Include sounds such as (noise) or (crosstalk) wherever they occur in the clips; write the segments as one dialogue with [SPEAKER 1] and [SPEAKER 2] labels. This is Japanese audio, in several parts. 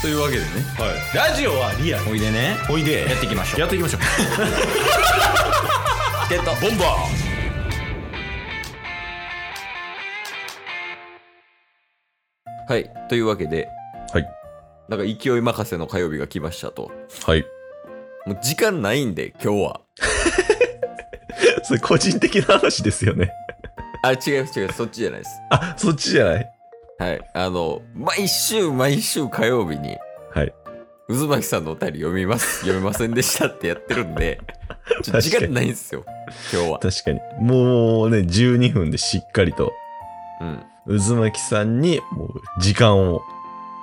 [SPEAKER 1] というわけでね
[SPEAKER 2] はい、ラジオはリアル
[SPEAKER 1] おいでね
[SPEAKER 2] おいで
[SPEAKER 1] やっていきましょう
[SPEAKER 2] やっていきましょう
[SPEAKER 1] ゲット
[SPEAKER 2] ボンバ
[SPEAKER 1] はいというわけで
[SPEAKER 2] ーはい
[SPEAKER 1] なんか勢い任せの火曜日が来ましたと
[SPEAKER 2] はい
[SPEAKER 1] もう時間ないんで今日は
[SPEAKER 2] それ個人的な話ですよね
[SPEAKER 1] あ違う違うそっちじゃないです
[SPEAKER 2] あそっちじゃない
[SPEAKER 1] はいあの毎週毎週火曜日に
[SPEAKER 2] はい
[SPEAKER 1] 渦巻さんのお便り読みます読めませんでしたってやってるん
[SPEAKER 2] (laughs)
[SPEAKER 1] でちょ
[SPEAKER 2] 確かに
[SPEAKER 1] 時間ないんですよ今日は
[SPEAKER 2] 確かにもうね12分でしっかりと
[SPEAKER 1] うん
[SPEAKER 2] 渦巻さんにもう時間を、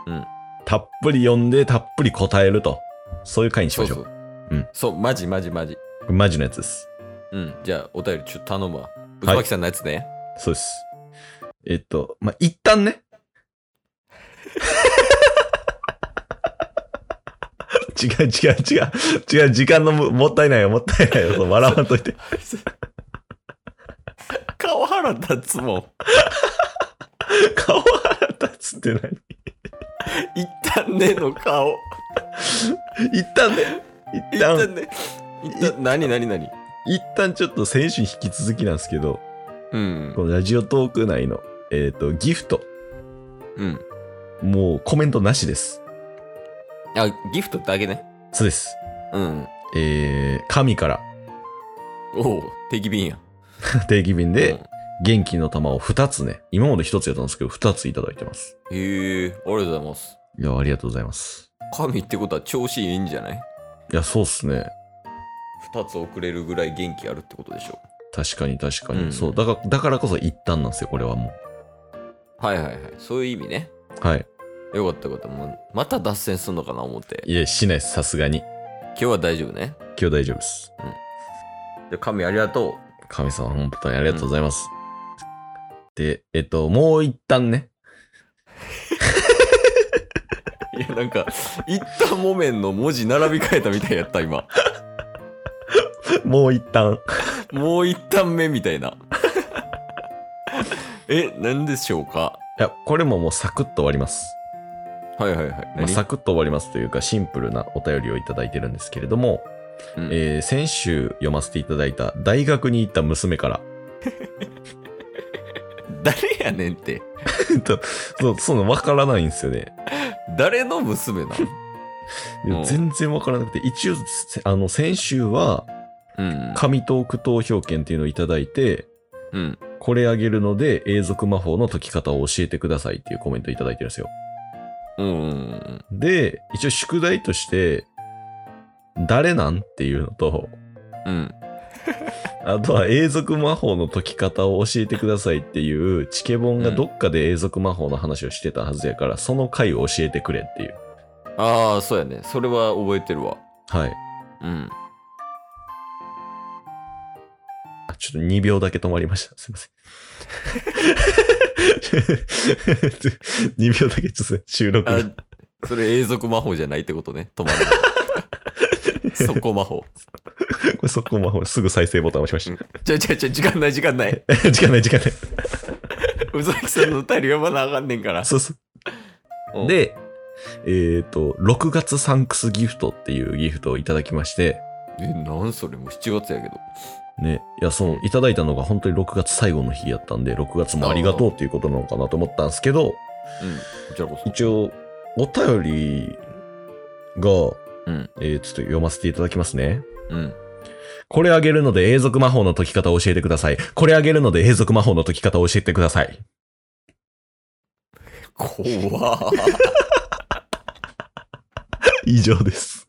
[SPEAKER 1] うん
[SPEAKER 2] たっぷり読んでたっぷり答えるとそういう回にし
[SPEAKER 1] そ
[SPEAKER 2] ま
[SPEAKER 1] う
[SPEAKER 2] しょ
[SPEAKER 1] そう
[SPEAKER 2] ううん
[SPEAKER 1] そうマジマジマジ
[SPEAKER 2] これマジのやつです
[SPEAKER 1] うんじゃあお便りちょっと頼むわ渦巻さんのやつね、
[SPEAKER 2] そうですえっとまあ一旦ね (laughs) 違う違う違う違う時間のむもったいないよもったいないよそう笑わんといて
[SPEAKER 1] 顔腹立つもん
[SPEAKER 2] 顔腹立つって何
[SPEAKER 1] 一旦ねの顔
[SPEAKER 2] 一旦ね
[SPEAKER 1] 一
[SPEAKER 2] 一旦
[SPEAKER 1] 旦ね一旦何何何
[SPEAKER 2] 一旦ちょっと先週に引き続きなんですけど
[SPEAKER 1] うん
[SPEAKER 2] このラジオトーク内のえっ、とギフト
[SPEAKER 1] うん
[SPEAKER 2] もうコメントなしです。
[SPEAKER 1] あギフトだけね
[SPEAKER 2] そうです。
[SPEAKER 1] うん
[SPEAKER 2] えー、神から (laughs)
[SPEAKER 1] おお定期便や
[SPEAKER 2] 定期便で
[SPEAKER 1] うん
[SPEAKER 2] 元気の玉を2つね、今まで1つやったんですけど、2ついただいてます。
[SPEAKER 1] へえ、ありがとうございます。
[SPEAKER 2] いや、ありがとうございます。
[SPEAKER 1] 神ってことは調子いいんじゃない
[SPEAKER 2] いや、そうっすね。
[SPEAKER 1] 二つ遅れるぐらい元気あるってことでしょ
[SPEAKER 2] 確かに確かに。
[SPEAKER 1] うん
[SPEAKER 2] そうだから。だからこそ一旦なんですよ、これはも
[SPEAKER 1] はいはいはい。そういう意味ね。
[SPEAKER 2] う。はい。
[SPEAKER 1] よかったよかった。もうまた脱線すんのかな思って。
[SPEAKER 2] いえ、しないです、さすがに。
[SPEAKER 1] 今日は大丈夫ね。
[SPEAKER 2] 今日大丈夫です。
[SPEAKER 1] じゃ神ありがと
[SPEAKER 2] 神様、本当にありがとうございます。で、えっと、もう一旦ね。 (laughs)
[SPEAKER 1] う。いやなんか、一旦木綿の文字並び替えたみたいやった今。
[SPEAKER 2] もう一旦。
[SPEAKER 1] もう一旦目みたいな。 (laughs) え、何でしょうか
[SPEAKER 2] いや、これももうサクッと終わります。
[SPEAKER 1] はいはいはい。
[SPEAKER 2] まあ、
[SPEAKER 1] 何
[SPEAKER 2] サクッと終わりますというかシンプルなお便りをいただいてるんですけれども、
[SPEAKER 1] うん
[SPEAKER 2] えー先週読ませていただいた大学に行った娘から (laughs)
[SPEAKER 1] 誰やねんって。
[SPEAKER 2] とそうその分からないんですよね
[SPEAKER 1] 誰の娘なの
[SPEAKER 2] いや
[SPEAKER 1] うん
[SPEAKER 2] 全然分からなくて一応せあの先週は
[SPEAKER 1] うん。
[SPEAKER 2] 紙トーク投票券っていうのをいただいて
[SPEAKER 1] うん。
[SPEAKER 2] これあげるので永続魔法の解き方を教えてくださいっていうコメントいただいてるんですよ
[SPEAKER 1] うんうんうん。
[SPEAKER 2] で一応宿題として誰なんっていうのと
[SPEAKER 1] うん。
[SPEAKER 2] あとは永続魔法の解き方を教えてくださいっていうチケボンがどっかで永続魔法の話をしてたはずやから、その回を教えてくれっていう。
[SPEAKER 1] ああ、そうやね。それは覚えてるわ。
[SPEAKER 2] はい。
[SPEAKER 1] うん。
[SPEAKER 2] あちょっと2秒だけ止まりました。すいません。2秒だけちょっと収録
[SPEAKER 1] あ
[SPEAKER 2] が。
[SPEAKER 1] それ永続魔法じゃないってことね。止まる。 (laughs) そこ魔法。
[SPEAKER 2] これ速攻魔法すぐ再生ボタン押しまし
[SPEAKER 1] ちょいちょいちょい、時間ない時間ない。
[SPEAKER 2] た。 (laughs) 時間ない
[SPEAKER 1] (laughs)
[SPEAKER 2] 時間ない。
[SPEAKER 1] 宇崎さんの歌より読まなあかんねんから。
[SPEAKER 2] そうそうう。
[SPEAKER 1] ん、
[SPEAKER 2] で、えっ、と、6月サンクスギフトっていうギフトをいただきまして、
[SPEAKER 1] え、なんそれもう7月やけど。
[SPEAKER 2] ね、いや、その、いただいたのが本当に6月最後の日やったんで、6月もありがとうっていうことなのかなと思ったんですけど、
[SPEAKER 1] うん。こちらこそ。
[SPEAKER 2] 一応、お便りが、
[SPEAKER 1] うん
[SPEAKER 2] えーちょっと読ませていただきますね。
[SPEAKER 1] うん。
[SPEAKER 2] これあげるので永続魔法の解き方を教えてください。これあげるので永続魔法の解き方を教えてください。
[SPEAKER 1] 怖
[SPEAKER 2] 以上です。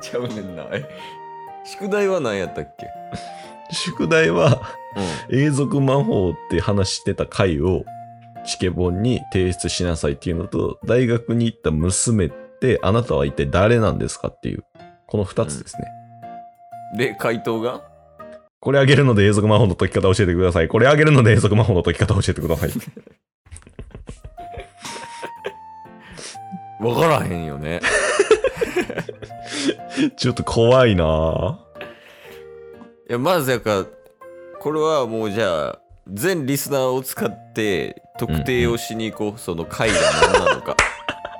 [SPEAKER 1] ちゃうねんな。え宿題は何やったっけ
[SPEAKER 2] 宿題は、
[SPEAKER 1] う
[SPEAKER 2] 永続魔法って話してた回を、チケボンに提出しなさいっていうのと、大学に行った娘って、あなたは一体誰なんですかっていう、この二つですね。
[SPEAKER 1] ん。で、回答が
[SPEAKER 2] これあげるので永続魔法の解き方教えてください。これあげるので永続魔法の解き方教えてください。
[SPEAKER 1] わからへんよね。
[SPEAKER 2] ちょっと怖いなぁ
[SPEAKER 1] いや、まずやから、これはもうじゃあ、全リスナーを使って特定をしに行こう。その回が何なのか。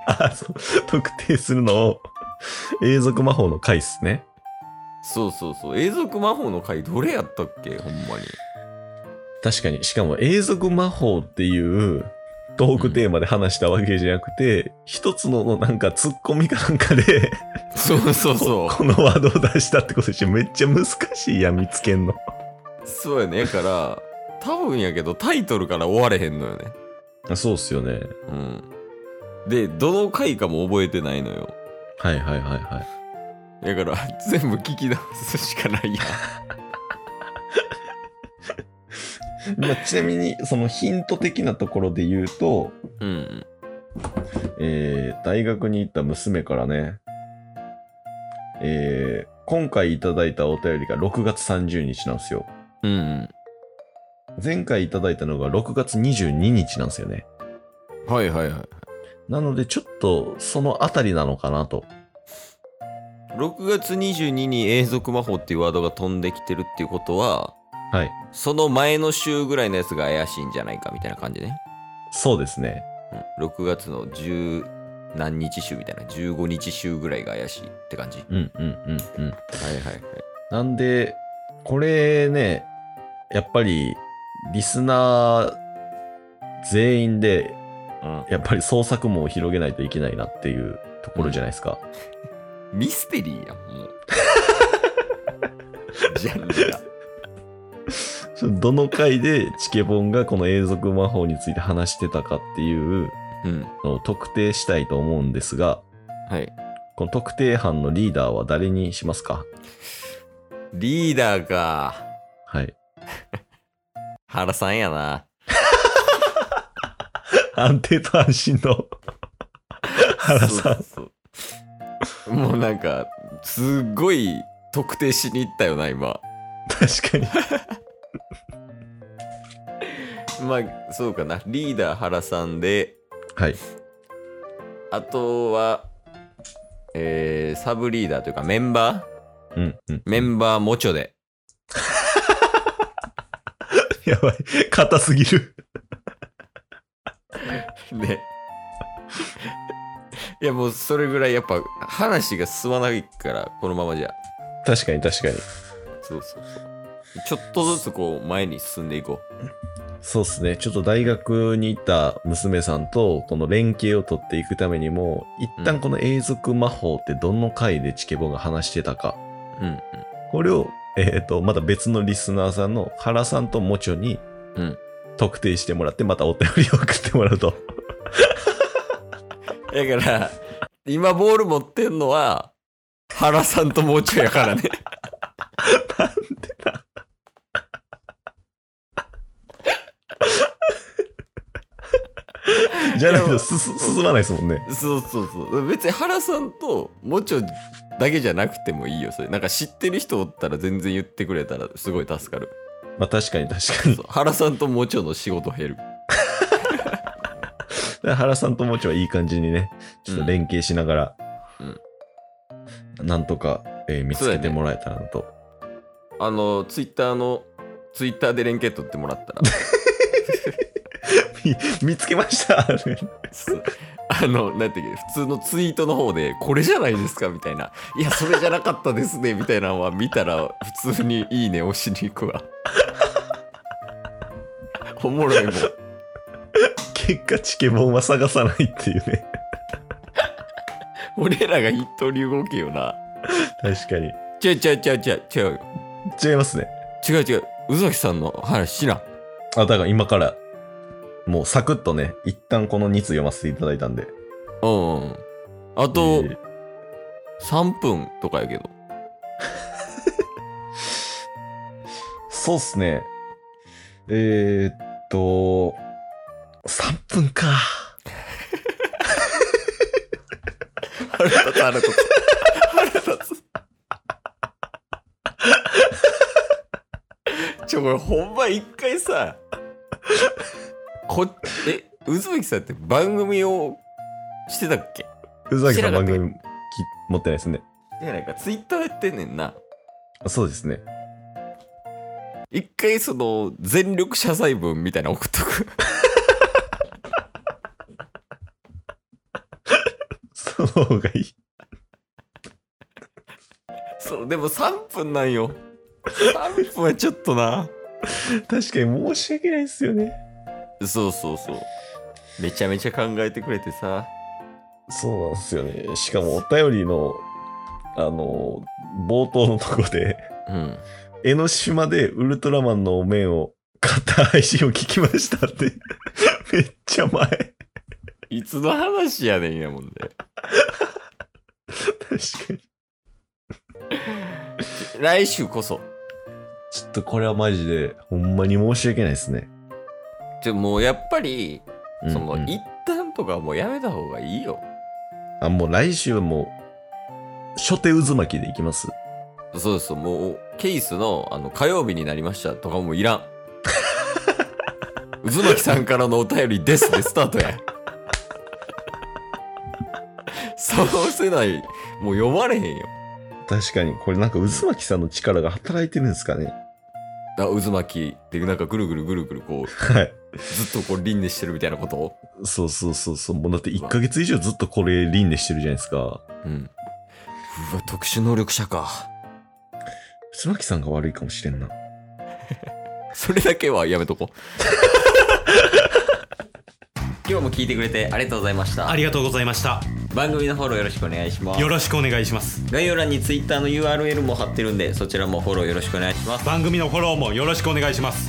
[SPEAKER 2] あそう特定するのを、永続魔法の回っすね。
[SPEAKER 1] そうそうそう。永続魔法の回どれやったっけほんまに。
[SPEAKER 2] 確かに。しかも、永続魔法っていう、トークテーマで話したわけじゃなくて、一つのなんか突っ込みかなんかで、
[SPEAKER 1] そうそうそ
[SPEAKER 2] (laughs) このワードを出したってことでしょめっちゃ難しいやん見つけんの。
[SPEAKER 1] う。そうやね。やから、多分やけどタイトルから終われへんのよね。
[SPEAKER 2] あそうっすよね。
[SPEAKER 1] うん。で、どの回かも覚えてないのよ。
[SPEAKER 2] はいはいはいはい。
[SPEAKER 1] やから、全部聞き出すしかないやん。
[SPEAKER 2] まあ、ちなみに、そのヒント的なところで言うと、
[SPEAKER 1] うん。
[SPEAKER 2] えー大学に行った娘からね、えー今回いただいたお便りが6月30日なんですよ。
[SPEAKER 1] うん。
[SPEAKER 2] 前回いただいたのが6月22日なんですよね。
[SPEAKER 1] はいはいはい。
[SPEAKER 2] なので、ちょっと、そのあたりなのかなと。
[SPEAKER 1] 6月22に永続魔法っていうワードが飛んできてるっていうことは、
[SPEAKER 2] はい。
[SPEAKER 1] その前の週ぐらいのやつが怪しいんじゃないかみたいな感じね。
[SPEAKER 2] そうですね。
[SPEAKER 1] うん、6月の10何日週みたいな、15日週ぐらいが怪しいって感じ。は
[SPEAKER 2] うんうんうんう
[SPEAKER 1] いはい
[SPEAKER 2] ん。
[SPEAKER 1] はい。
[SPEAKER 2] なんで、これね、やっぱり、リスナー全員で、
[SPEAKER 1] うん
[SPEAKER 2] やっぱり創作網を広げないといけないなっていうところじゃないですか。
[SPEAKER 1] ミステリーやん、もう。ジャンルが。
[SPEAKER 2] (laughs) そのどの回でチケボンがこの永続魔法について話してたかっていう
[SPEAKER 1] うん。
[SPEAKER 2] のを特定したいと思うんですが、
[SPEAKER 1] はい。
[SPEAKER 2] この特定班のリーダーは誰にしますか
[SPEAKER 1] リーダーか。
[SPEAKER 2] はい。
[SPEAKER 1] 原さんやな。
[SPEAKER 2] 安定と安心の原さん。
[SPEAKER 1] そうそう (laughs) もうなんか、すっごい特定しに行ったよな、今。
[SPEAKER 2] 確かに。
[SPEAKER 1] まあ、そうかな。リーダー原さんで、
[SPEAKER 2] はい。
[SPEAKER 1] あとは、えー、サブリーダーというかメンバー
[SPEAKER 2] うんうん。
[SPEAKER 1] メンバーもちょで。
[SPEAKER 2] やばい。硬すぎる。
[SPEAKER 1] ね。いやもうそれぐらいやっぱ話が進まないからこのままじゃ
[SPEAKER 2] 確かに確かに。
[SPEAKER 1] そうそうそうちょっとずつこう前に進んでいこ
[SPEAKER 2] そうっすね。ちょっと大学に行った娘さんとこの連携を取っていくためにも、一旦この永続魔法ってどの回でチケボンが話してたか。
[SPEAKER 1] ううん
[SPEAKER 2] これを、えっ、と、また別のリスナーさんの原さんともちょに
[SPEAKER 1] うん
[SPEAKER 2] 特定してもらって、またお便りを送ってもらうと。
[SPEAKER 1] だから今ボール持ってんのは原さんともうちょいやからね
[SPEAKER 2] じゃない
[SPEAKER 1] いや
[SPEAKER 2] とすす進まないですもんね。
[SPEAKER 1] そうそうそう別に原さんともうちょいだけじゃなくてもいいよそれなんか知ってる人おったら全然言ってくれたらすごい助かる
[SPEAKER 2] まあ確かに確かに。
[SPEAKER 1] そう原さんともうちょいの仕事減る
[SPEAKER 2] 原さんともちょはいい感じにね、ちょっと連携しながら、
[SPEAKER 1] うん
[SPEAKER 2] なんとか、えー見つけてもらえたらなと。
[SPEAKER 1] あのツイッターのツイッターで連携取ってもらったら
[SPEAKER 2] (laughs) み見つけました。 (laughs)
[SPEAKER 1] そうあのなんていうか普通のツイートの方で「これじゃないですか」みたいな「いやそれじゃなかったですね」みたいなのは見たら普通に「いいね」押しに行くわおもろいもん
[SPEAKER 2] 結果、チケボンは探さないっていうね。
[SPEAKER 1] 俺らが一刀流動けよな
[SPEAKER 2] 確かに。
[SPEAKER 1] 違う違う違う違う違うよ
[SPEAKER 2] 違いますね。
[SPEAKER 1] 違う違う宇崎さんの話しな
[SPEAKER 2] あ、だから今から、もうサクッとね、一旦この2通読ませていただいたんで。
[SPEAKER 1] うんうんあと
[SPEAKER 2] えー
[SPEAKER 1] 3分とかやけど
[SPEAKER 2] そうっすね。えー、っと、3分か。
[SPEAKER 1] 腹立つ腹立つ腹立つちょこれほんま一回さこ (laughs) え渦巻さんって番組をしてたっけ
[SPEAKER 2] 宇崎さ
[SPEAKER 1] 知ら
[SPEAKER 2] ん
[SPEAKER 1] なか
[SPEAKER 2] 番
[SPEAKER 1] った
[SPEAKER 2] 組き持ってないですね。
[SPEAKER 1] いやなんかツイッターやってんねんな
[SPEAKER 2] そうですね。
[SPEAKER 1] 一回その全力謝罪文みたいなの送っとく
[SPEAKER 2] の方がいい。
[SPEAKER 1] そうでも3分なんよ3分はちょっとな
[SPEAKER 2] 確かに申し訳ないですよね。
[SPEAKER 1] そうそうそうめちゃめちゃ考えてくれてさ
[SPEAKER 2] そうなんですよね。しかもお便りの、あの、冒頭のとこで、
[SPEAKER 1] うん
[SPEAKER 2] 江ノ島でウルトラマンのお面を買った配信を聞きましたって、 (laughs) めっちゃ前。確
[SPEAKER 1] いつの話やねんやもんね
[SPEAKER 2] かに。
[SPEAKER 1] 来週こそ
[SPEAKER 2] ちょっとこれはマジで、ほんまに申し訳ないですね。
[SPEAKER 1] でもうやっぱりその、
[SPEAKER 2] うんうん
[SPEAKER 1] 一旦とかもうやめた方がいいよ
[SPEAKER 2] あ、もう来週はもう、初手渦巻きでいきます。
[SPEAKER 1] そうそうもうケースのあの火曜日になりましたとかもうい (laughs) らん渦巻さんからのお便りですでスタート (laughs) やそうせないもう読まれへんよ
[SPEAKER 2] 確かに、これなんか渦巻きさんの力が働いてるんですかね。
[SPEAKER 1] あ渦巻きでなんかぐるぐるぐるぐるこう
[SPEAKER 2] はい。
[SPEAKER 1] ずっとこう輪廻してるみたいなこと
[SPEAKER 2] そうそうそうそう。もうだって1ヶ月以上ずっとこれ輪廻してるじゃないですか。
[SPEAKER 1] うんうわ特殊能力者か
[SPEAKER 2] 渦巻きさんが悪いかもしれんな。
[SPEAKER 1] それだけはやめとこ (laughs) 今日も聞いてくれてありがとうございました
[SPEAKER 3] ありがとうございました
[SPEAKER 1] 番組のフォローよろしくお願いします
[SPEAKER 3] よろしくお願いします
[SPEAKER 1] 概要欄に Twitter の URL も貼ってるんでそちらもフォローよろしくお願いします
[SPEAKER 3] 番組のフォローもよろしくお願いします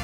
[SPEAKER 3] す